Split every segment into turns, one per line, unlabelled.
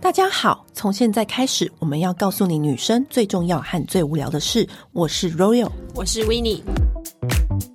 大家好，从现在开始，我们要告诉你女生最重要和最无聊的事。我是 Royal，
我是 w i n n i e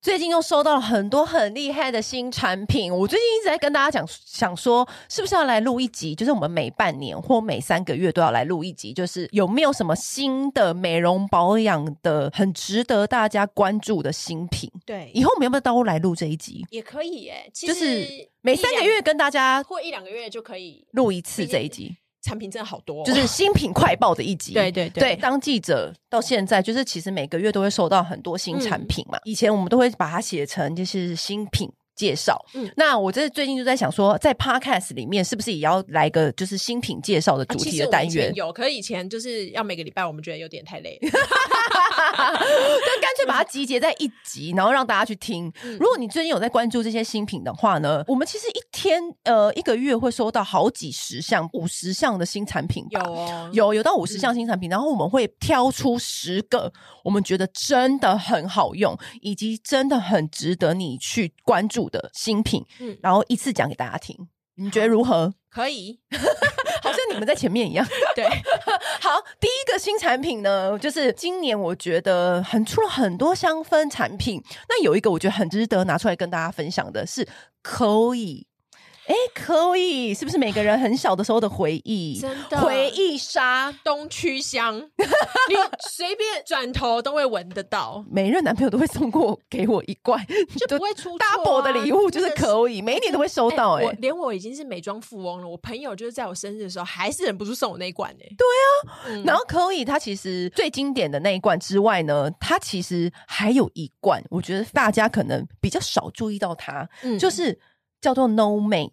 最近又收到了很多很厉害的新产品。我最近一直在跟大家讲，想说是不是要来录一集？就是我们每半年或每三个月都要来录一集，就是有没有什么新的美容保养的很值得大家关注的新品？
对，
以后我们要不要都来录这一集？
也可以耶，其
就
实
是每三个
一两
月跟大家
或一两个月就可以。
录一次这一集，
产品真的好多哦、
就是新品快报的一集。
对对
对，当记者到现在，就是其实每个月都会收到很多新产
嗯
品嘛。以前我们都会把它写成就是新品介绍。
嗯
那我这最近就在想说，在 Podcast 里面是不是也要来个就是新品介绍的
啊
主
其
题
实
的
我们
单
以前
元？
有，可是以前就是要每个礼拜，我们觉得有点 太累。
就干脆把它集结在一集，然后让大家去听。
嗯
如果你最近有在关注这些新品的话呢，我们其实一天呃一个月会收到好几十项、五十项的新产品吧
有。哦，
有有到五十项新产品，然后我们会挑出十个我们觉得真的很好用，以及真的很值得你去关注的新品，
嗯
然后一次讲给大家听。你们觉得如何？
可以，
好像你们在前面一样。
对，
好，第一个新产品呢，就是今年我觉得很出了很多香氛产品，那有一个我觉得很值得拿出来跟大家分享的是 c o e 哎 c o e 是不是每个人很小的时候的回忆？
真的
回忆杀，
东区香， 你随便转头都会闻得到，
每任男朋友都会送过给我一罐，
就
就
不会出错啊、
double 的礼物，就是
真的
可以，每一年都会收到、
哎
欸。
我连我已经是美妆富翁了，我朋友就是在我生日的时候，还是忍不住送我那一罐哎、对啊，
然后可以，它其实最经典的那一罐之外呢，它其实还有一罐，我觉得大家可能比较少注意到它，
嗯
就是叫做 No May。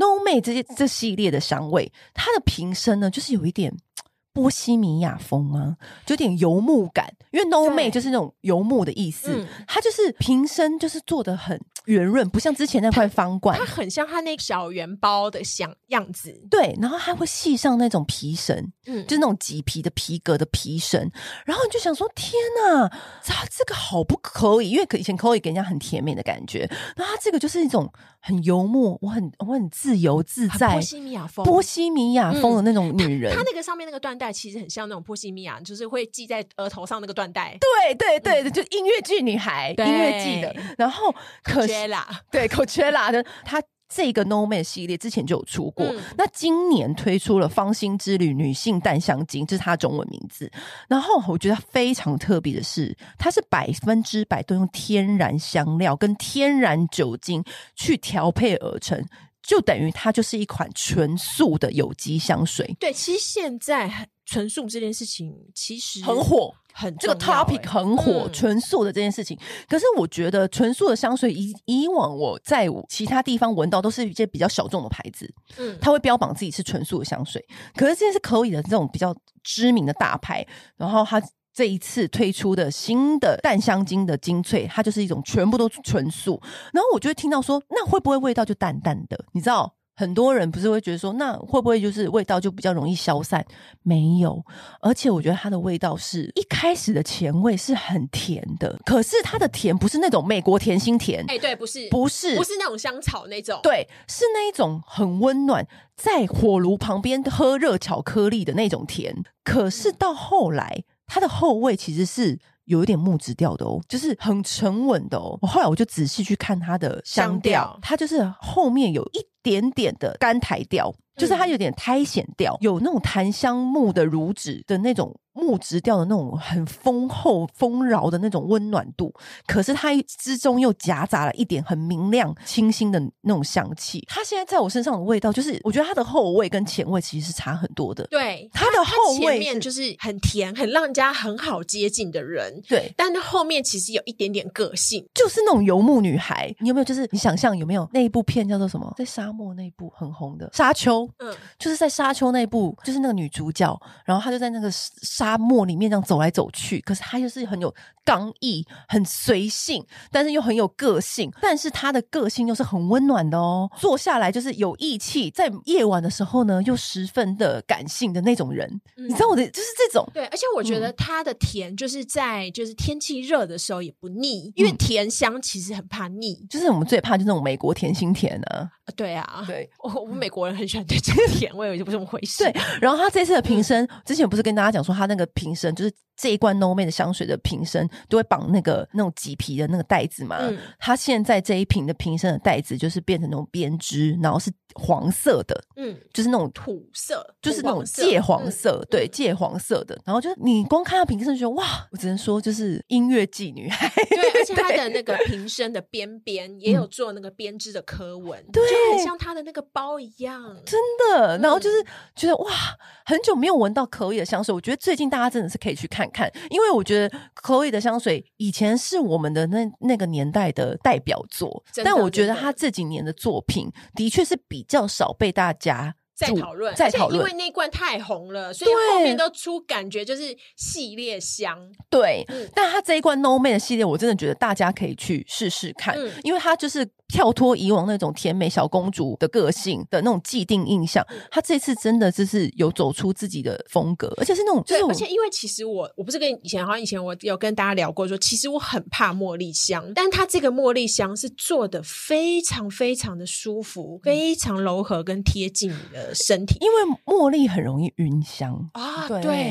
No May 这些这系列的香味，它的瓶身呢，就是有一点嘖波西米亚风啊，就有点游牧感，因为 No
对
May 就是那种游牧的意思。
嗯
它就是瓶身就是做的很嘖圆润，不像之前那块方罐
它，很像它那个小圆包的像样子，
对，然后它会系上那种皮绳，
嗯，
就是那种麂皮的皮革的皮绳，然后你就想说：天呐，这这个好不可以？因为可以前可以给人家很甜美的感觉，那它这个就是一种很游牧，我很我很自由自
很
在
波，西米亚风。
波嗯西米亚风的那种女人。
它那个上面那个缎带其实很像那种波西米亚，就是会系在额头上那个缎带。
对对对，就音乐剧女孩，音乐剧的
对。
然后可惜
缺啦，
对 Coachella 的它这个 No Man 系列之前就有出过，
嗯
那今年推出了芳心之旅女性淡香精，这是它中文名字。然后我觉得非常特别的是，它是百分之百都用天然香料跟天然酒精去调配而成。就等于它就是一款纯素的有机香水，
对，其实现在纯素这件事情其实
很，火。
很
这个
重要
topic
欸
很火，
嗯
纯素的这件事情。可是我觉得纯素的香水以以往我在其他地方闻到都是一些比较小众的牌子，
嗯，
它会标榜自己是纯素的香水。可是这是可以的这种比较知名的大牌，然后它。这一次推出的新的淡香精的精粹，它就是一种全部都纯素。然后我就会听到说，那会不会味道就淡淡的？你知道，很多人不是会觉得说，那会不会就是味道就比较容易消散？没有，而且我觉得它的味道是一开始的前味是很甜的，可是它的甜不是那种美国甜心甜，
哎，对，不是，
不是，
不是那种香草那种，
对，是那一种很温暖，在火炉旁边喝热巧克力的那种甜。可是到后来，它的后味其实是有一点木质调的哦，就是很沉稳的哦。我后来我就仔细去看它的香
香
调，
调
它就是后面有一点点的干苔调。就是它有点苔藓调，
嗯
有那种檀香木的乳脂的那种木质调的那种很丰厚丰饶的那种温暖度，可是它之中又夹杂了一点很明亮、清新的那种香气。它现在在我身上的味道，就是我觉得它的后味跟前味其实是差很多的。
对，
它的后
前
味
面
是
就是很甜，很让人家很好接近的人，
对，
但是后面其实有一点点个性，
就是那种游牧女孩。你有没有？就是你想象有没有那一部片叫做什么？在沙漠那一部很红的《沙丘》，
嗯，
就是在沙丘那一部，就是那个女主角，然后她就在那个沙沙漠里面这样走来走去，可是她就是很有刚毅、很随性，但是又很有个性，但是她的个性又是很温暖的哦。坐下来就是有义气，在夜晚的时候呢，又十分的感性的那种人。
嗯
你知道我的就是这种，嗯
对，而且我觉得它的甜就是在在就是天气热的时候也不腻，因为
嗯
甜香其实很怕腻。
就是我们最怕就是那种美国甜心甜啊，
啊对啊，
对
我我们美国人很喜欢对这个甜味，我也不怎么回事。
对，。然后他这次的瓶身，之前不是跟大家讲说，他那个瓶身就是这一罐 No m a 的香水的瓶身，就会绑那个那种麂皮的那个袋子嘛。
嗯
他现在这一瓶的瓶身的袋子就是变成那种编织，然后是黄色的，
嗯，
就是那种
土色嗯
就是那种
芥
芥黄色，对，芥黄色的。然后就是你光看到瓶身就觉得哇，我只能说就是音乐妓女，
对，而且它的那个瓶身的边边也有做那个编织的科纹，
嗯对
就很像它的那个包一样。
真的。然后
嗯
就是觉得哇，很久没有闻到 Chloe 的香水，我觉得最近大家真的是可以去看看，因为我觉得 Chloe 的香水以前是我们的那那个年代的代表作，
真的
但我觉得
真的
她这几年的作品的确是比较少被大家
在
注
讨论，
在
而且
讨
因
论
为，那一罐太红了，所以
对
后面都出感觉就是系列香。
对，
嗯
但它这一罐 No Man 的系列，我真的觉得大家可以去试试看，
嗯
因为它就是跳脱以往那种甜美小公主的个性的那种既定印象，
嗯
它这次真的就是有走出自己的风格，而且是那种就
对，
是我
而且因为其实我我不是跟以前好像以前我有跟大家聊过说，其实我很怕茉莉香，但它这个茉莉香是做的非常非常的舒服，
嗯
非常柔和跟贴近你的身体
因为茉莉很容易晕香。
啊，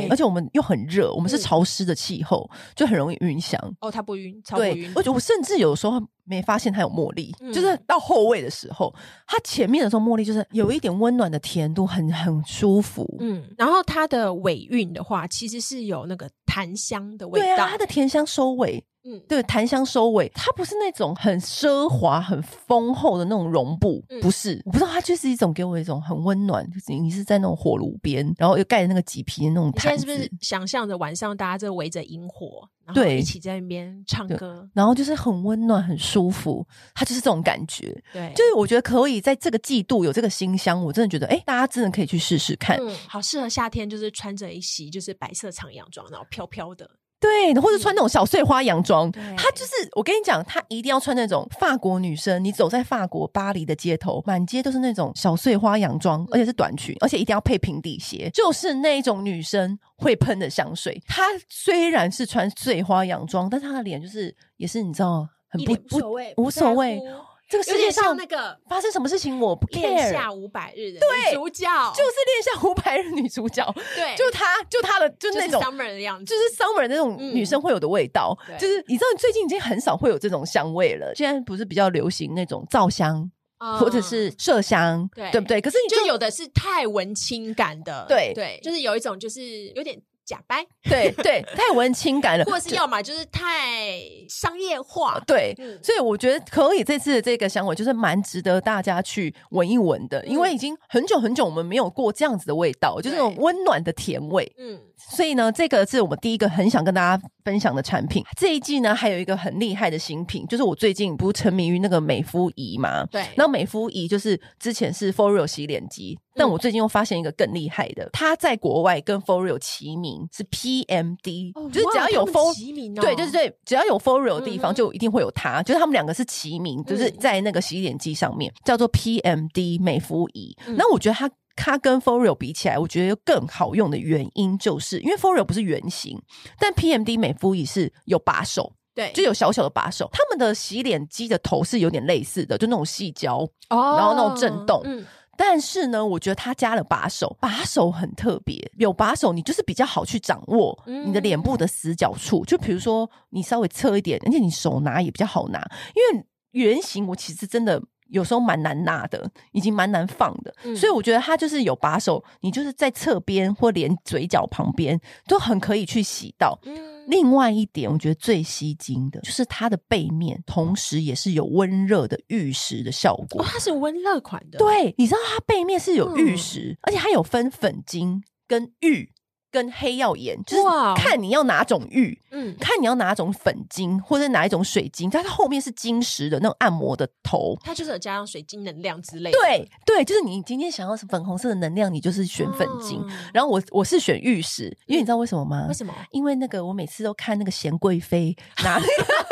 而且我们又很热，我们是
嗯
潮湿的气候，就很容易晕香。
哦，它不晕，超不
对
晕，，
我觉得我甚至有时候没发现它有茉莉，
嗯
就是到后味的时候，它前面的时候茉莉就是有一点温暖的甜度，很很舒服。
嗯，然后它的尾韵的话，其实是有那个檀香的味
对
道，
啊，它的甜香收尾，
嗯
对，檀香收尾，它不是那种很奢华、很丰厚的那种绒布，
嗯
不是，我不知道，它就是一种给我一种很温暖，就是你是在那种火炉边，然后又盖着那个麂皮的那种
你现
毯
在
子，
是不是想象着晚上大家就围着萤火，然后
对
一起在那边唱
对
歌？
然后就是很温暖、很舒服，它就是这种感觉。
对，
就是我觉得可以在这个季度有这个新香，我真的觉得，哎，大家真的可以去试试看。
嗯，好适合夏天，就是穿着一袭就是白色长洋装，然后飘飘的。
对，或者穿那种小碎花洋装，
嗯对
她就是我跟你讲，她一定要穿那种法国女生。你走在法国巴黎的街头，满街都是那种小碎花洋装，而且是短裙，而且一定要配平底鞋，就是那种女生会喷的香水。她虽然是穿碎花洋装，但她的脸就是也是你知道很
一
嗯不
脸无所谓
不
不
无
在
所谓
乎。
这个
有
世界
点
上
像那个
发生什么事情我不
《
care，
恋下五百日》的
对
女主角，
就是恋下五百日女主角，
对，
就她就她的就
就是
那种
summer 的样子，
就是 summer 那种
嗯
女生会有的味道，
对
就是你知道最近已经很少会有这种香味了。现在不是比较流行那种皂香、
嗯
或者是麝香，
对
对不对？可是你
就
就
有的是太文青感的，
对
对，就是有一种就是有点假掰，
对对太文青感了，
或者是
就
要么就是太商业化，
对。
嗯，
所以我觉得可以这次的这个香味就是蛮值得大家去闻一闻的，
嗯
因为已经很久很久我们没有过这样子的味道，就是那种
对
温暖的甜味。
嗯，
所以呢，这个是我们第一个很想跟大家分享的产品。这一季呢，还有一个很厉害的新品，就是我最近不是沉迷于那个美肤仪嘛，
对，
那美肤仪就是之前是 f o r e a l 洗脸机，
嗯
但我最近又发现一个更厉害的，它在国外跟 f o r e a l 齐名是 PMD，、
哦
就是只要
哇
有
他们
f o
齐名哦
对对对，只要有 f o r e a l 的地
嗯
方
嗯
就一定会有它，就是他们两个是齐名，就是
嗯
在那个洗脸机上面叫做 PMD 美肤仪。
嗯
那我觉得它。它跟 f o r e a l 比起来，我觉得更好用的原因就是因为 f o r e a l 不是圆形，但 PMD 美肤仪是有把手，
对，
就有小小的把手。他们的洗脸机的头是有点类似的，就那种细胶，
哦
然后那种震动
嗯，
但是呢，我觉得它加了把手，把手很特别，有把手你就是比较好去掌握
嗯
你的脸部的死角处，就比如说你稍微侧一点，而且你手拿也比较好拿，因为圆形我其实真的。有时候蛮难拿的，已经蛮难放的，
嗯
所以我觉得它就是有把手，你就是在侧边或连嘴角旁边都很可以去洗到。
嗯，
另外一点，我觉得最吸睛的就是它的背面，同时也是有温热的玉石的效果
哦，。它是温热款的，，
对，你知道它背面是有玉
嗯
石，而且它有分粉晶跟玉跟黑曜岩，就是
哇哦
看你要哪种玉，
嗯，
看你要哪种粉晶或者哪一种水晶，但它后面是晶石的那种按摩的头。
它就是有加上水晶能量之类的，
对对，就是你今天想要粉红色的能量，你就是选粉晶。
哦
然后我我是选玉石，因为你知道为什么吗？
为什么？
因为那个我每次都看那个贤贵妃拿那个，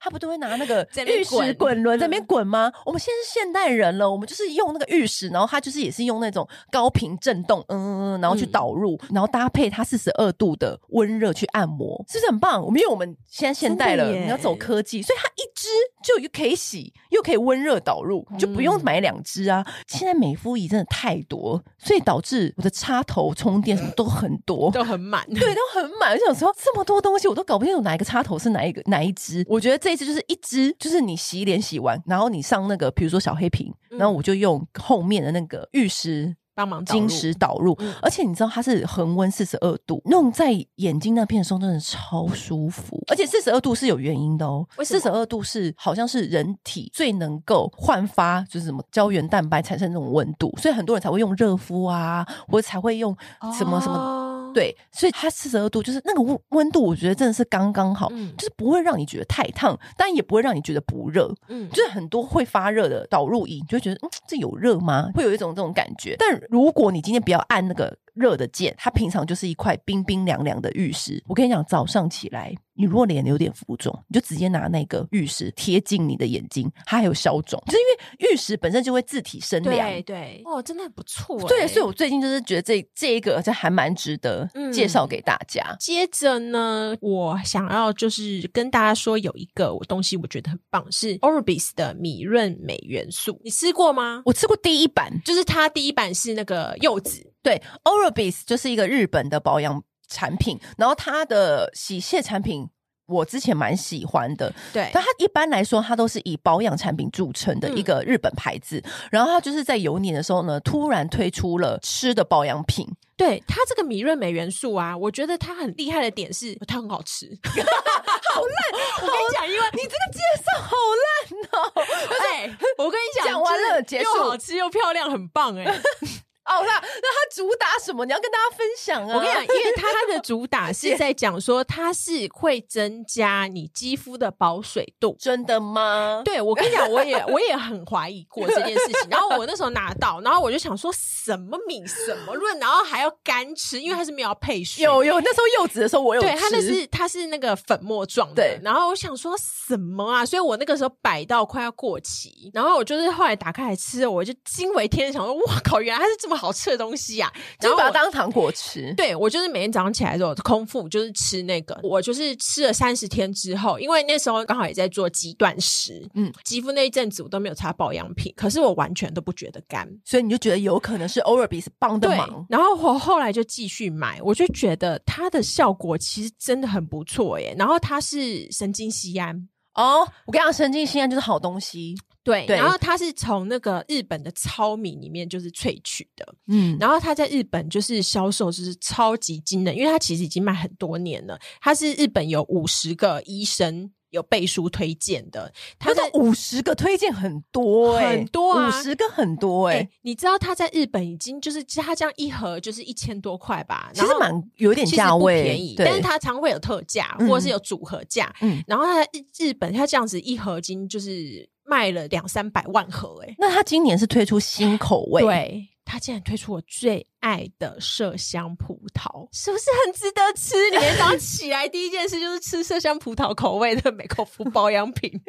他不都会拿那个
在那边
玉石
滚嗯
滚轮在那边滚吗？我们现在是现代人了，我们就是用那个玉石，然后它就是也是用那种高频震动，嗯嗯嗯，然后去
嗯
导入，然后搭配它四十二度的温热去按摩，是不是很棒？我们因为我们现在现代
真
了，
的耶
你要走科技，所以它一支就又可以洗，又可以温热导入，就不
嗯
用买两支啊。现在美肤仪真的太多，所以导致我的插头、充电什么都很多。
都很满。
对，都很满。我想说这么多东西，我都搞不清楚哪一个插头是哪一个哪一支。我觉得这一支就是一支，就是你洗脸洗完，然后你上那个，比如说小黑瓶，
嗯
然后我就用后面的那个玉石。
帮忙导入
晶石导入，
嗯
而且你知道它是恒温四十二度，弄在眼睛那片的时候真的超舒服，而且四十二度是有原因的哦。
为什
四
么
十二度是好像是人体最能够焕发就是什么胶原蛋白产生那种温度，所以很多人才会用热敷啊，或者才会用什么什么
么，
对，所以它四十二度就是那个温温度，我觉得真的是刚刚好，
嗯
就是不会让你觉得太烫，但也不会让你觉得不热。
嗯，
就是很多会发热的导入仪，你就会觉得嗯，这有热吗？会有一种这种感觉。但如果你今天不要按那个热的键，它平常就是一块冰冰凉凉的玉石。我跟你讲，早上起来，你如果脸有点浮肿，你就直接拿那个玉石贴近你的眼睛，它还有消肿，就是因为玉石本身就会自体生凉。
对对，
哦，真的很不错欸。
对，所以我最近就是觉得这这一个这还蛮值得
嗯
介绍给大家。
接着呢，我想要就是跟大家说有一个东西，我觉得很棒，是 Orbis 的米润美元素，你吃过吗？
我吃过第一版，
就是它第一版是那个柚子，
对 Oral-B 就是一个日本的保养产品，然后它的洗卸产品。我之前蛮喜欢的，
对
但它一般来说，它都是以保养产品著称的
嗯
一个日本牌子。然后它就是在有年的时候呢，突然推出了吃的保养品，
对它这个米润美元素啊，我觉得它很厉害的点是它很好吃， 好烂！我跟 你讲，因为
你这个介绍好烂哦！
哎，我跟你讲，
讲完了
就
结
是
束
又好吃又漂亮，很棒哎！
哦，那那它主打什么？你要跟大家分享啊！
我跟你讲，因为它的主打是在讲说它是会增加你肌肤的保水度。
真的吗？
对，我跟你讲，我也我也很怀疑过这件事情。然后我那时候拿到，然后我就想说什么敏什么润，然后还要干吃，因为它是没有配水。
有有，那时候柚子的时候我有吃，
对，它那是它是那个粉末状的。
对
然后我想说什么啊？所以我那个时候摆到快要过期，然后我就是后来打开来吃了，我就惊为天人，想说哇靠，原来它是这么好吃的东西啊！
就
然后
把它
我
当糖果吃。
对我就是每天早上起来的时候空腹就是吃那个，我就是吃了三十天之后，因为那时候刚好也在做肌断食，
嗯
嗯，肌肤那一阵子我都没有擦保养品，可是我完全都不觉得干。
所以你就觉得有可能是 Oral-B 是帮的
对
忙。，
然后我后来就继续买，我就觉得它的效果其实真的很不错耶。然后它是神经酰胺，
哦，我跟你讲，神经酰胺就是好东西。
对，
对
然后它是从那个日本的糙米里面就是萃取的，
嗯，
然后它在日本就是销售就是超级惊人，因为它其实已经卖很多年了。它是日本有五十个医生有背书推荐的，它
它
在
的五十个推荐很多哎、
很多啊
五十个很多哎、
哎你知道它在日本已经就是它这样一盒就是一千多块吧，
其实
然后
蛮有点
其实
价
不
位，
便宜，
对
但是它常会有特价
嗯
或者是有组合价。
嗯
然后它在日日本它这样子一盒已经就是卖了两三百万盒、哎，
那它今年是推出新口味，，
对。它竟然推出我最爱的麝香葡萄，是不是很值得吃？你每 天早上起来第一件事就是吃麝香葡萄口味的美口福保养品。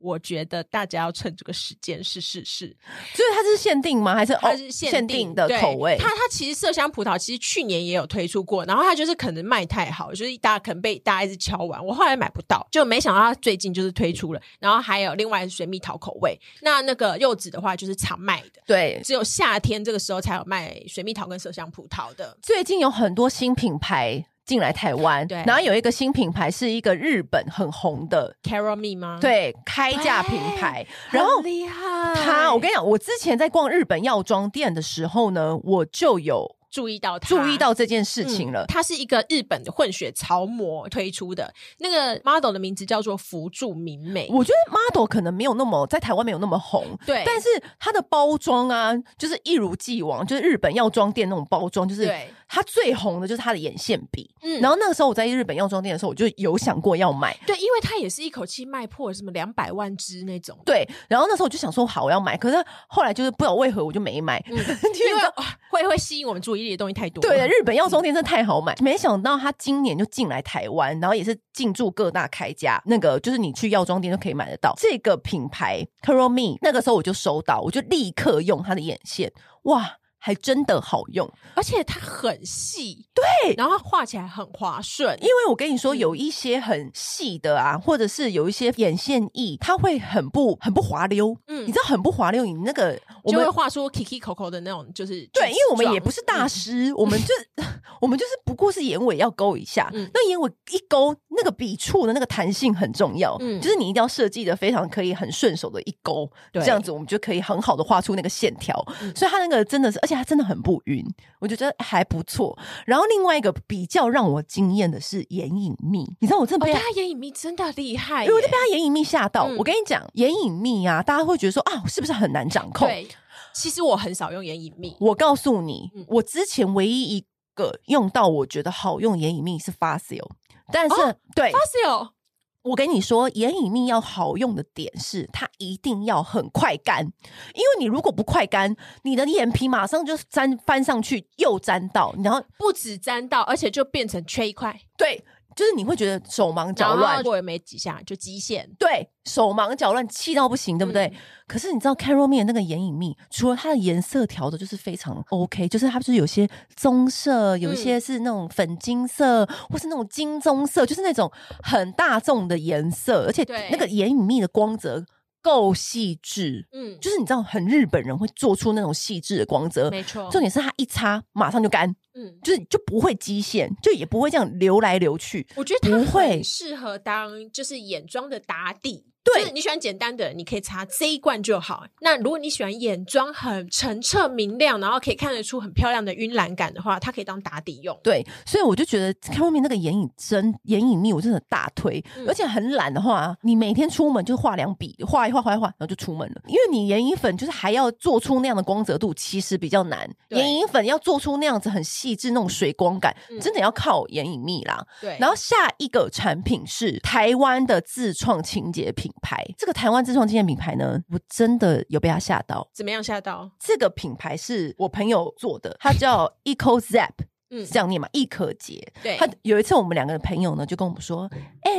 我觉得大家要趁这个时间试试试，
所以它是限定吗？还是
它
哦
是
限
限定,、
的口味
对？它它其实麝香葡萄其实去年也有推出过，然后它就是可能卖太好，就是大家可能被大家一直敲完。我后来买不到，就没想到它最近就是推出了，然后还有另外水蜜桃口味。那那个柚子的话就是常卖的。
对，
只有夏天这个时候才有卖水蜜桃跟麝香葡萄的。
最近有很多新品牌进来台湾，
对
然后有一个新品牌是一个日本很红的，
Carol Me 吗？，
对，开价品牌，然后
嗯厉害
它，我跟
哎
你讲，我之前在逛日本药妆店的时候呢，我就有
注意到它，
注意到这件事
嗯
情了。
它是一个日本的混血潮模推出的，那个 model 的名字叫做福住明美。
我觉得 model 可能没有那么在台湾没有那么红，
对
但是它的包装啊，就是一如既往，就是日本药妆店那种包装，就是
对
它最红的就是它的眼线笔。
嗯
然后那个时候我在日本药妆店的时候，我就有想过要买。
对，因为它也是一口气卖破什么两百万支那种。
对，然后那时嗯 候我就想说好，我要买，可是后来就是不知道为何我就没买，哦
嗯因为会会吸引我们注意系列的东西太多了。
对，日本药妆店真的太好买，没想到他今年就进来台湾，然后也是进驻各大开家，那个就是你去药妆店都可以买得到这个品牌 c a r o m e 那个时候我就收到，我就立刻用它的眼线，哇！还真的好用，
而且它很细，
对
然后画起来很滑顺
因。为我跟你说，
嗯
有一些很细的啊，或者是有一些眼线液，它会很不很不滑溜，
嗯
你知道很不滑溜，你那个我
就
们
会画出 Kiki 口口的那种，就是嗯
对，因为我们也不
是
是大师，我们就 我们就是不过是眼尾要勾一下，
嗯
那眼尾一勾，那个笔触的那个弹性很重要，
嗯
就是你一定要设计的非常可以很顺手的一勾，
对嗯
这样子我们就可以很好的画出那个线条，所以它那个真的是，而且它真的很不晕，我觉得还不错。然后另外一个比较让我惊艳的是眼影蜜，你知道我真的
哦，
被它
但他眼影蜜真的厉害
因
耶，
为我就被它眼影蜜吓到，
嗯
我跟你讲，眼影蜜啊，大家会觉得说啊，是不是很难掌控？
对，其实我很少用眼影蜜，
我告诉你
嗯，
我之前唯一一个用到我觉得好用眼影蜜是 Facio，但是、
哦
对
发现哦，
我跟你说，眼影蜜要好用的点是它一定要很快干，因为你如果不快干，你的眼皮马上就粘翻上去，又粘到，然后
不止沾到，而且就变成缺一块，
对，就是你会觉得手忙脚
然
乱
后，过也没几下就极限，
对手忙脚乱，气到不行，对不对？
嗯
可是你知道 Carol Me 那个眼影蜜，除了它的颜色调的就是非常 OK，就是它就是有些棕色，有一
嗯
些是那种粉金色，或是那种金棕色，就是那种很大众的颜色，而且
对
那个眼影蜜的光泽够细致，
嗯，
就是你知道很日本人会做出那种细致的光泽。
没错，
重点是它一擦马上就干，
嗯，
就是就不会积线，就也不会这样流来流去。
我觉得它
不会
很适合当就是眼妆的打底。
对
就是你喜欢简单的，你可以擦这一罐就好。那如果你喜欢眼妆很澄澈明亮，然后可以看得出很漂亮的晕染感的话，它可以当打底用。
对，所以我就觉得看后面那个眼影针、眼影蜜，我真的大推，
嗯
而且很懒的话，你每天出门就画两笔，画一画，画一画，然后就出门了。因为你眼影粉就是还要做出那样的光泽度，其实比较难。
对
眼影粉要做出那样子很细致那种水光感，
嗯
真的要靠眼影蜜啦。
对，
然后下一个产品是台湾的自创清洁品牌，这个台湾自创清洁品牌呢，我真的有被它吓到。
怎么样吓到？
这个品牌是我朋友做的，它叫 Eco Zap，
嗯
是这样念嘛？易可洁。
对，
他有一次，我们两个朋友呢就跟我们说：“哎、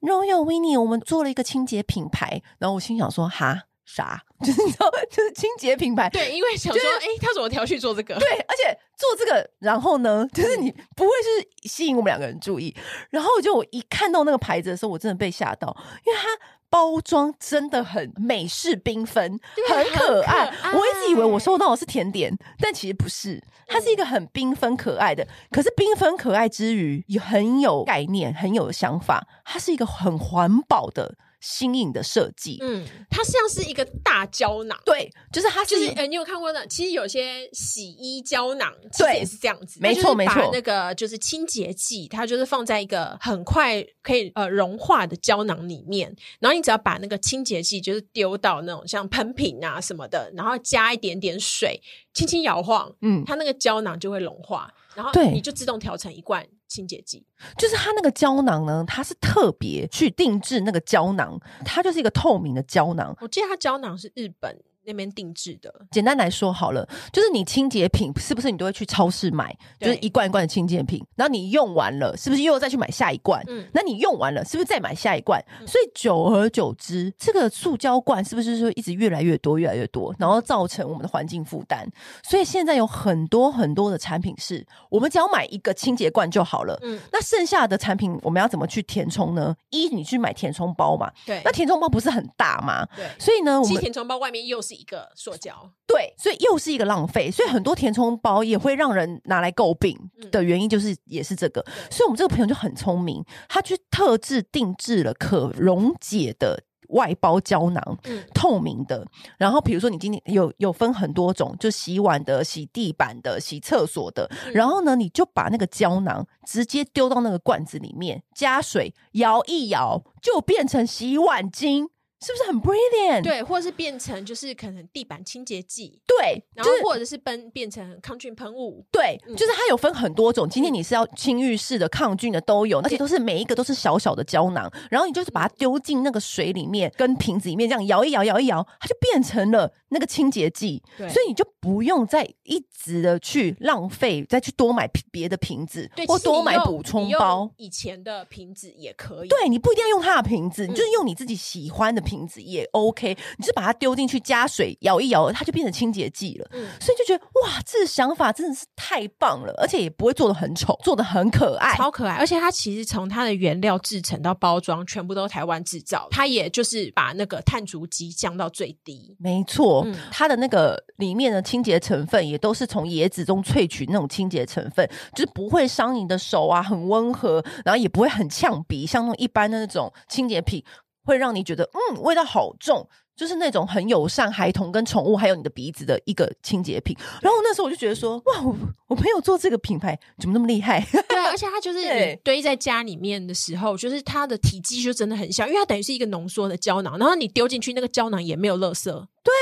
r o y a l w i n n i e 我们做了一个清洁品牌。”然后我心想说：“哈，啥？ 就是你知道，就是清洁品牌。”
对，因为想说，哎、他怎么调去做这个？
对，而且做这个，然后呢，就是
嗯
你不会是吸引我们两个人注意。然后就我一看到那个牌子的时候，我真的被吓到，因为它包装真的很美式缤纷，
对
很可爱。
很可爱嗯
我一直以为我收到的是甜点，但其实不是，它是一个很缤纷可爱的。可是缤纷可爱之余，也很有概念，很有想法。它是一个很环保的新颖的设计。
嗯，它像是一个大胶囊，
对，就是啊它是
就是呃，你有看过那？其实有些洗衣胶囊，其实
对
也是这样子，
没错
它就是把
没错
那个就是清洁剂，它就是放在一个很快可以呃融化的胶囊里面，然后你只要把那个清洁剂就是丢到那种像喷瓶啊什么的，然后加一点点水，轻轻摇晃，
嗯，
它那个胶囊就会融化，然后
对
你就自动调成一罐清洁剂。
就是它那个胶囊呢，它是特别去定制那个胶囊，它就是一个透明的胶囊。
我记得它胶囊是日本那边定制的，
简单来说好了，就是你清洁品是不是你都会去超市买，就
对
是一罐一罐的清洁品，然后你用完了，是不是又再去买下一罐？
嗯，
那你用完了，是不是再买下一罐？所以久而久之，这个塑胶罐是不是说一直越来越多、越来越
嗯
多，然后造成我们的环境负担？所以现在有很多很多的产品是，我们只要买一个清洁罐就好了。
嗯，
那剩下的产品我们要怎么去填充呢？一，你去买填充包嘛，
对
那，填充包不是很大吗？
对。
所以呢，我
其
们
实填充包外面又是一个塑胶，
对，所以又是一个浪费，所以很多填充包也会让人拿来诟病
嗯
的原因，就是也是这个。所以我们这个朋友就很聪明，他去特制定制了可溶解的外包胶囊，
嗯，
透明的。然后比如说你今天有有分很多种，就洗碗的、洗地板的、洗厕所的。
嗯
然后呢，你就把那个胶囊直接丢到那个罐子里面，加水摇一摇，就变成洗碗巾。是不是很 brilliant？
对，或者是变成就是可能地板清洁剂，
对，
然
就
后
是
或者是奔变成抗菌喷雾，
对，
嗯
就是它有分很多种。今天你是要清浴式的、抗菌的都有，而且
对
都是每一个都是小小的胶囊，然后你就是把它丢进那个水里面，跟瓶子里面这样摇一摇、摇一摇，它就变成了那个清洁剂。
对
所以你就不用再一直的去浪费，再去多买别的瓶子
对，，
或
其实你
多买
用
补充
你用
包。
以前的瓶子也可以，
对你不一定要用它的瓶子，你
嗯
就是用你自己喜欢的瓶子也 OK。你就把它丢进去加水摇一摇，它就变成清洁剂了。
嗯
所以就觉得哇，这个想法真的是太棒了，而且也不会做的很丑，做的很可爱。
超可爱，而且它其实从它的原料制成到包装，全部都台湾制造。它也就是把那个碳足迹降到最低。
没错，
嗯
它的那个里面的清洁成分也都是从椰子中萃取那种清洁成分，就是不会伤你的手啊，很温和，然后也不会很呛鼻，像那种一般的那种清洁品会让你觉得嗯味道好重，就是那种很友善孩童跟宠物还有你的鼻子的一个清洁品。然后那时候我就觉得说哇，我我朋友做这个品牌怎么那么厉害？
对，啊而且它就是
对
你堆在家里面的时候，就是它的体积就真的很小，因为它等于是一个浓缩的胶囊，然后你丢进去，那个胶囊也没有垃圾。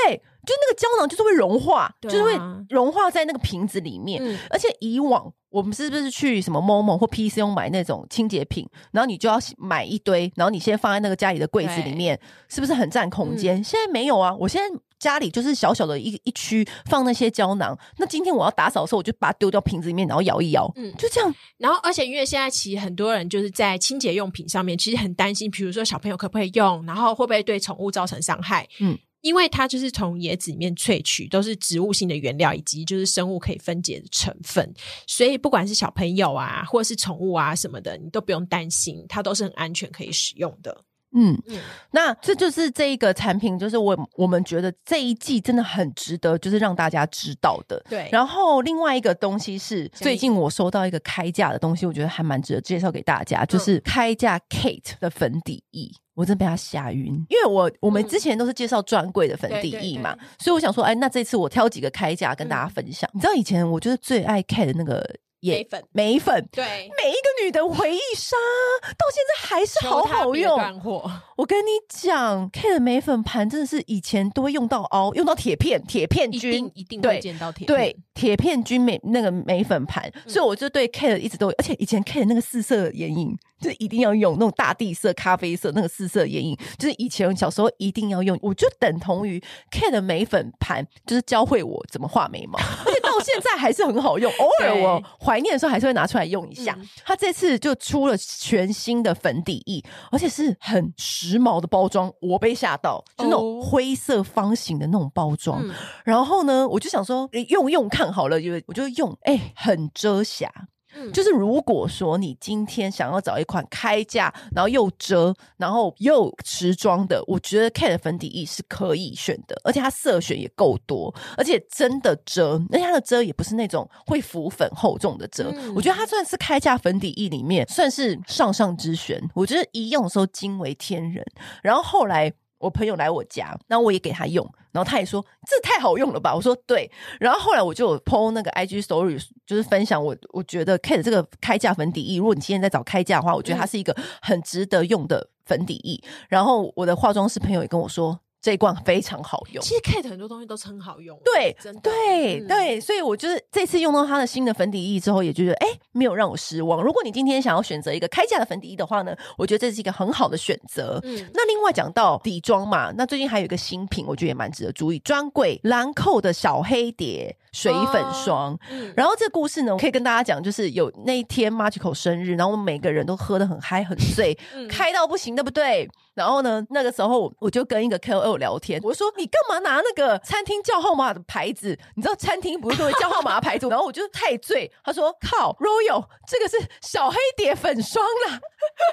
对，就那个胶囊就是会融化，
对啊
就是会融化在那个瓶子里面。
嗯，
而且以往我们是不是去什么 Momo 或 PC 用买那种清洁品，然后你就要买一堆，然后你先放在那个家里的柜子里面，是不是很占空间？现在没有啊，我现在。家里就是小小的一一区放那些胶囊，那今天我要打扫的时候，我就把它丢到瓶子里面，然后摇一摇，嗯
嗯，
就这样，
然后而且因为现在其实很多人就是在清洁用品上面，其实很担心，比如说小朋友可不可以用，然后会不会对宠物造成伤害？
嗯
嗯。因为它就是从椰子里面萃取，都是植物性的原料以及就是生物可以分解的成分，所以不管是小朋友啊，或者是宠物啊什么的，你都不用担心，它都是很安全可以使用的。
嗯，
嗯
那这就是这一个产品，就是我我们觉得这一季真的很值得，就是让大家知道的。
对，
然后另外一个东西是，
讲
最近我收到一个开价的东西，我觉得还蛮值得介绍给大家，
嗯
就是开价 Kate 的粉底液。我真被它吓晕，因为我我们
嗯
之前都是介绍专柜的粉
对
底
对
液
对嗯
嘛，所以我想说，哎，那这次我挑几个开价跟大家分享。你知道以前我就是最爱 Kate 的那个
眉
眼
粉，
眉粉，
对，
每一个女的回忆杀到现在还是好
求它
好
别
用。
断货，
我跟你讲，Kate 的眉粉盘真的是以前都会用到凹，用到铁片，铁片
一
菌
定一定
对
会见到铁
对
片，嗯
铁片君美那个眉粉盘，所以我就对 Kate 一直都有，而且以前 Kate 那个四色眼影，就是一定要用那种大地色、咖啡色那个四色眼影，就是以前小时候一定要用，我就等同于 Kate 的眉粉盘，就是教会我怎么画眉毛，而且到现在还是很 好用，偶尔
对
我怀念的时候还是会拿出来用一下。
嗯
它这次就出了全新的粉底液，而且是很时髦的包装，我被吓到，就那种
哦
灰色方形的那种包装。
嗯
然后呢，我就想说诶用用看好了，因为我就用，哎、很遮瑕。
嗯
就是如果说你今天想要找一款开价，然后又遮，然后又持妆的，我觉得 Kate 的粉底液是可以选的，而且它色选也够多，而且真的遮，而且它的遮也不是那种会浮粉厚重的遮，
嗯
我觉得它算是开价粉底液里面算是上上之选。我觉得一用的时候惊为天人，然后后来。我朋友来我家，然后我也给他用，然后他也说这太好用了吧？我说对，然后后来我就有 PO 那个 IG story，就是分享我我觉得 Kate 这个开价粉底液，如果你今天在找开价的话，我觉得它
嗯
是一个很值得用的粉底液。然后我的化妆师朋友也跟我说，这一罐非常好用。
其实 Kate 很多东西都是很好用，
对
真的，
对
嗯
对，所以我就是这次用到它的新的粉底液之后，也觉得哎，没有让我失望。如果你今天想要选择一个开价的粉底液的话呢，我觉得这是一个很好的选择。
嗯，
那另外讲到底妆嘛，那最近还有一个新品，我觉得也蛮值得注意，专柜兰蔻的小黑蝶水粉
哦
霜。
嗯
然后这故事呢，我可以跟大家讲，就是有那一天 Magical 生日，然后我们每个人都喝得很嗨很醉，
嗯
开到不行，对不对？然后呢，那个时候我就跟一个 KOL 聊天，我说你干嘛拿那个餐厅叫号码的牌子？你知道餐厅不是都会叫号码的牌 子？然后我就太醉，他说靠，Royal 这个是小黑蝶粉霜啦，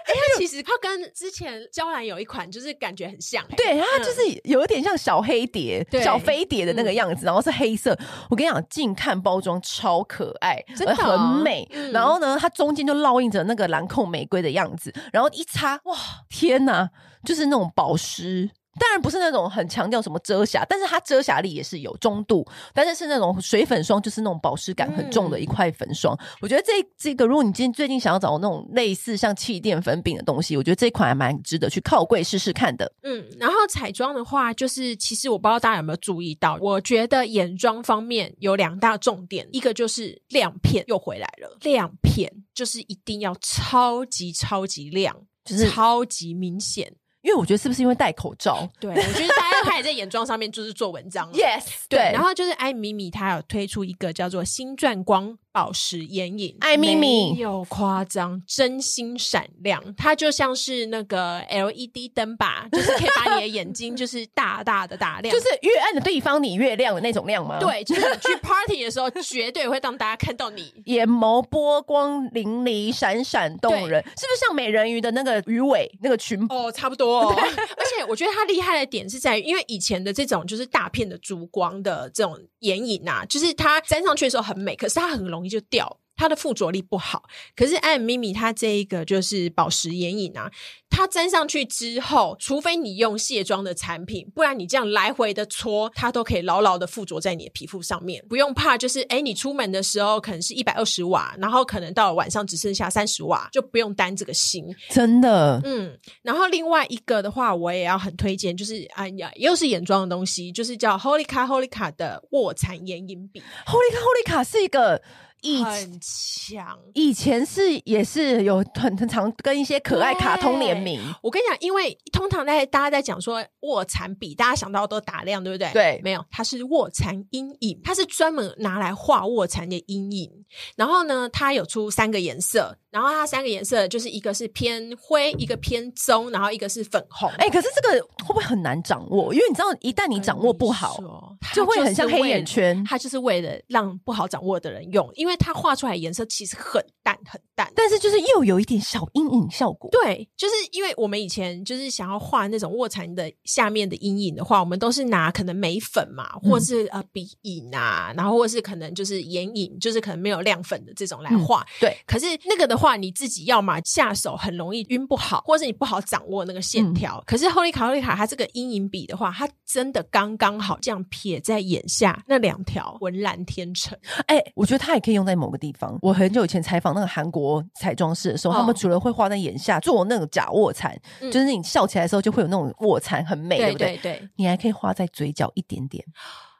它其实它跟之前娇兰有一款就是感觉很像、欸，
对，它就是有一点像小黑蝶、
对嗯
小飞碟的那个样子，然后是黑色。我跟你讲，近看包装超可爱，
真的啊
很美。
嗯
然后呢，它中间就烙印着那个兰蔻玫瑰的样子，然后一擦，哇，天哪，就是那种保湿。当然不是那种很强调什么遮瑕，但是它遮瑕力也是有中度，但是是那种水粉霜，就是那种保湿感很重
嗯
的一块粉霜。我觉得这这个，如果你今天最近想要找那种类似像气垫粉饼的东西，我觉得这款还蛮值得去靠柜试试看的。
嗯，然后彩妆的话，就是其实我不知道大家有没有注意到，我觉得眼妆方面有两大重点，一个就是亮片又回来了，亮片就是一定要超级超级亮，
就是
超级明显。
因为我觉得是不是因为戴口罩
对，我觉得大家开始在眼妆上面就是做文章 了。
？Yes，
对
对，，
然后就是艾米米，她有推出一个叫做星钻光宝石眼影，
艾米米
没有夸张，真心闪亮，它就像是那个 LED 灯吧，就是可以把你的眼睛就是大大的打 亮，
就是越暗的地方你越亮的那种亮吗？。
对，就是 你去 party 的时候，绝对会让大家看到你。
眼眸波光粼粼，闪闪动人，是不是像美人鱼的那个鱼尾那个裙？
哦，差不多、哦。而且我觉得它厉害的点是在于，因为以前的这种就是大片的烛光的这种眼影啊，就是它粘上去的时候很美，可是它很容易就掉。它的附着力不好，可是艾米米它这一个就是宝石眼影啊，它粘上去之后，除非你用卸妆的产品，不然你这样来回的搓，它都可以牢牢的附着在你的皮肤上面，不用怕。就是哎，你出门的时候可能是一百二十瓦，然后可能到了晚上只剩下三十瓦，就不用担这个心。
真的，
嗯，然后另外一个的话，我也要很推荐，就是哎呀，又是眼妆的东西，就是叫 Holika Holika 的卧蚕眼影笔，
Holy 卡 Holy 卡是一个以
很强。
以前是也是有很很常跟一些可爱卡通联名，
我跟你讲，因为通常在大家在讲说卧蚕笔，大家想到都打亮，对不对？
对
没有，它是卧蚕阴影，它是专门拿来画卧蚕的阴影。然后呢，它有出三个颜色，然后它三个颜色就是一个是偏灰，一个偏棕，然后一个是粉红。
哎、可是这个会不会很难掌握？因为你知道，一旦你掌握不好，
跟你说，它
就会很像
是为
黑眼圈
它就是为了让不好掌握的人用，因为它画出来的颜色其实很淡很淡。
但是就是又有一点小阴影效果。
对，就是因为我们以前就是想要画那种卧蚕的下面的阴影的话，我们都是拿可能眉粉嘛，或是、呃鼻影啊，然后或是可能就是眼影，就是可能没有亮粉的这种来画。
对，
可是那个的话，你自己要嘛下手很容易晕不好，或是你不好掌握那个线条。可是 Holy 卡 Holy 卡它这个阴影笔的话，它真的刚刚好这样撇在眼下那两条浑然天成。
哎、我觉得它也可以用在某个地方。我很久以前采访那个韩国彩妆师的时候，
哦
他们除了会画在眼下做那个假卧蚕，
嗯
就是你笑起来的时候就会有那种卧蚕，很美，对不
对
对？
对，
你还可以画在嘴角一点点，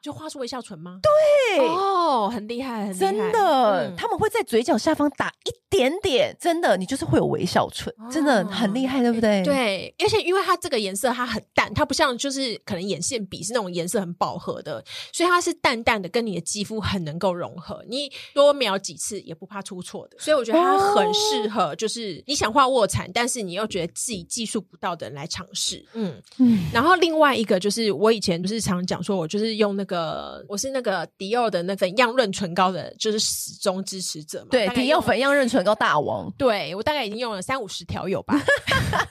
就画出微笑唇吗？
对
哦，很厉害，很厉害
真的，
嗯
他们会在嘴角下方打一点点，真的，你就是会有微笑唇，真的
哦
很厉害，对不对？，
对，而且因为它这个颜色它很淡，它不像就是可能眼线笔是那种颜色很饱和的，所以它是淡淡的，跟你的肌肤很能够融合。你多描几次也不怕出错的，所以我觉得它很
哦
适合，就是你想画卧蚕，但是你又觉得自己技术不到的人来尝试。嗯，
嗯，
然后另外一个就是我以前不是常讲说，我就是用那个我是那个迪奥的那粉样润唇膏的，就是始终支持者嘛，
对，
大概
提要
用了
粉样润唇膏大 王，
对我大概已经用了三五十条有 吧，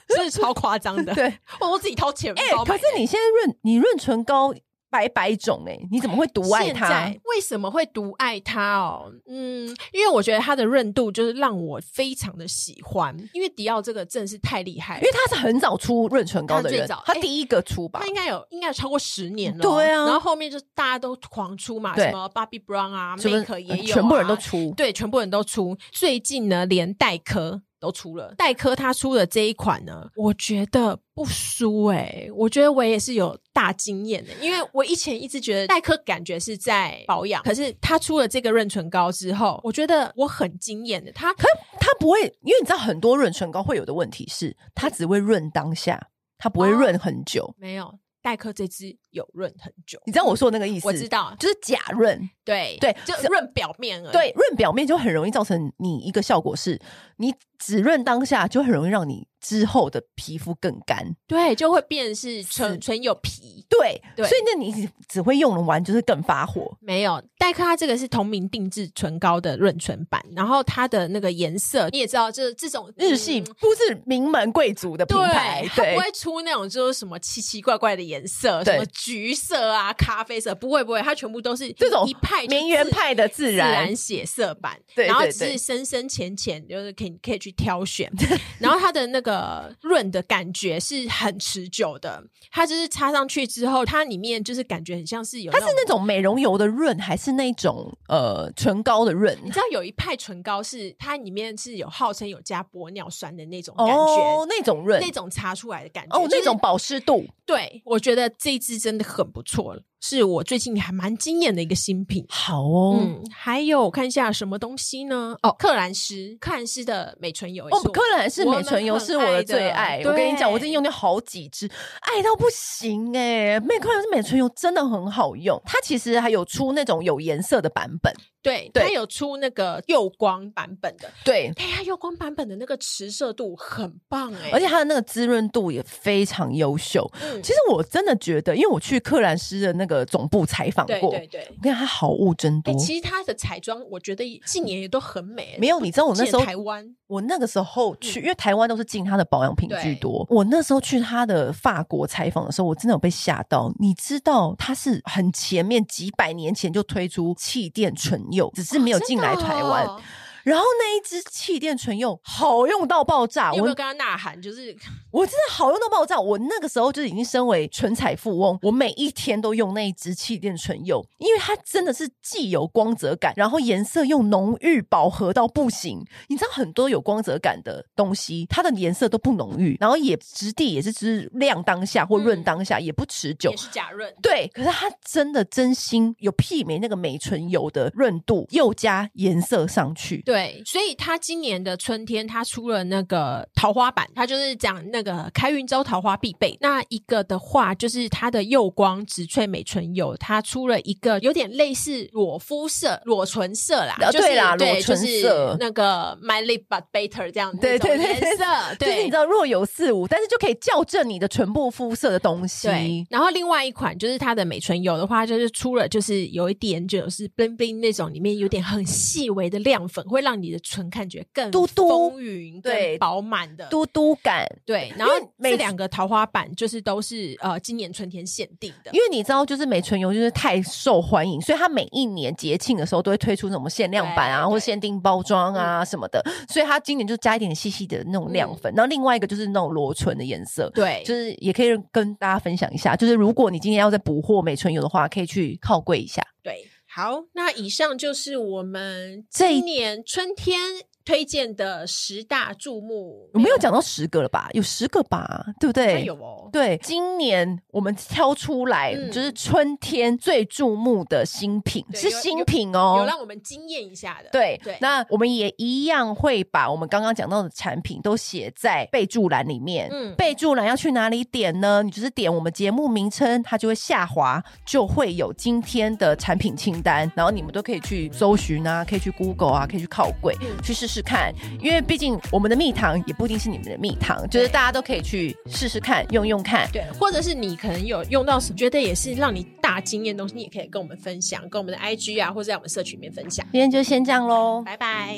真是超夸张的。哦
对，
我我自己掏钱
哎、
包买
可
的、
是你现在润你润唇膏百百种哎、你怎么会独爱
现
它
在？为什么会独爱它哦？嗯，因为我觉得它的润度就是让我非常的喜欢，因为迪奥这个真的是太厉害
因
了
为。他是很早出润唇膏的
他最
人
早，
他
哎
第一个出吧
它。应该有，应该有超过十年了。
对啊
然后后面就大家都狂出嘛，
对
什么 Bobbi Brown 啊
是不是
，Make 也有、啊，
嗯全部人都出，
对，全部人都出。最近呢，连黛珂都出了。黛珂它出的这一款呢，我觉得不输诶、我觉得我也是有大经验的，因为我以前一直觉得黛珂感觉是在保养，可是它出了这个润唇膏之后，我觉得我很惊艳的。它
它不会，因为你知道很多润唇膏会有的问题是，它只会润当下，它不会
哦
润很久。
没有黛珂这支有润很久，
你知道我说的那个意思？
我知，道，
就是假润。
对
对
就
只
润表面而已。
对，润表面就很容易造成你一个效果是，你只润当下，就很容易让你之后的皮肤更干。
对，就会变成是
是
唇唇有皮，
对，
对
所以那你只会用完就是更发火。
没有，黛珂它这个是同名定制唇膏的润唇版，然后它的那个颜色你也知道，就是这种
日系
嗯
不是名门贵族的品牌
对，，它
对
不，会出那种就是什么奇奇怪怪的颜色，
对
什么橘色啊、咖啡色，不会不会，它全部都是
这种
一派就是
名媛派的自
自
然
然血色版，
对
然后
对
只
对
是深深浅浅，就是可以可以去挑选。然后它的那个个润的感觉是很持久的，它就是擦上去之后，它里面就是感觉很像是有
它是
种
那种美容油的润，还是那种呃唇膏的润？
你知道有一派唇膏是它里面是有号称有加玻尿酸的那种感觉，
哦，那种润
那种擦出来的感觉，
哦，
就是
那种保湿度。
对，我觉得这一支真的很不错，是我最近还蛮惊艳的一个新品。
好哦，
嗯，还有我看一下什么东西呢？哦，克兰诗，克兰诗的美唇油也
哦，
是我
柯兰是美唇油是我的最爱。
我们很爱的
我跟你讲，
对
我最近用掉好几支，爱到不行哎、欸！美柯兰是美唇油真的很好用，它其实还有出那种有颜色的版本。
对，
对
它有出那个釉光版本的，
对，
哎呀，它釉光版本的那个持色度很棒哎、
而且它的那个滋润度也非常优秀。
嗯
其实我真的觉得，因为我去克兰诗的那个总部采访
对
过，
对对，
我跟你讲，它好物真
哎、
多。
其实它的彩妆我觉得近年也都很美，
没有，你知道我那
进
时候
台湾
我那个时
嗯
候去，因为台湾都是进它的保养品居多。我那时候去它的法国采访的时候，我真的有被吓到。你知道它是很前面几百年前就推出气垫唇釉，只是没有进来台湾。
哦
然后那一支气垫唇釉好用到爆炸，
你有没
啊
有
我
跟他呐喊？就是
我真的好用到爆炸。我那个时候就已经身为唇彩富翁，我每一天都用那一支气垫唇釉，因为它真的是既有光泽感，然后颜色又浓郁饱和到不行。你知道很多有光泽感的东西，它的颜色都不浓郁，然后也质地也是只亮当下或润当下，也不持久
嗯也。是假润，
对，可是它真的真心有媲美那个美唇油的润度，又加颜色上去。
对，所以他今年的春天，他出了那个桃花版，他就是讲那个开运招桃花必备。那一个的话，就是它的釉光植萃美唇油，它出了一个有点类似裸肤色、裸唇色啦，
啊
就是
对啦裸
对，就
唇色
是那个 My Lip But Better 这样子
对对对
那种颜色，
就是你
对
知。道若有似无，但是就可以校正你的唇部肤色的东
对
西，。
然后另外一款就是它的美唇油的话，就是出了就是有一点就是 bling bling 那种，里面有点很细微的亮粉，会让你的唇感觉更
嘟嘟
丰腴、
对
更饱满的。
嘟嘟感。
对，然后
因为每
这两个桃花版就是都是呃今年春天限定的
因。为你知道，就是美唇油就是太受欢迎，所以它每一年节庆的时候都会推出什么限量版啊，
对
或限定包装啊什么的。所以它今年就加一点细细的那种亮粉，然后另外一个就是那种裸唇的颜色。
对，
就是也可以跟大家分享一下，就是如果你今天要在补货美唇油的话，可以去靠柜一下。
对。好，那以上就是我们
这一
今年春天推荐的十大注目。
我没有讲到十个了吧？有十个吧？对不对？
哎有哦，
对，今年我们挑出来、
嗯
就是春天最注目的新品，
对
是
有
新品
有
哦。
让我们惊艳一下的。
对，
对，
那我们也一样会把我们刚刚讲到的产品都写在备注栏里面。
嗯
备注栏要去哪里点呢？你就是点我们节目名称，它就会下滑，就会有今天的产品清单，然后你们都可以去搜寻啊，可以去 Google 啊，可以去靠柜、
嗯
去试试看，因为毕竟我们的蜜糖也不一定是你们的蜜糖，就是大家都可以去试试看，用用看。
对，或者是你可能有用到什么，觉得也是让你大惊艳的东西，你也可以跟我们分享，跟我们的 IG 啊，或者在我们社群里面分享。
今天就先这样喽，
拜拜。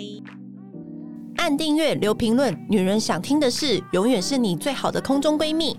按订阅，留评论，女人想听的事，永远是你最好的空中闺蜜。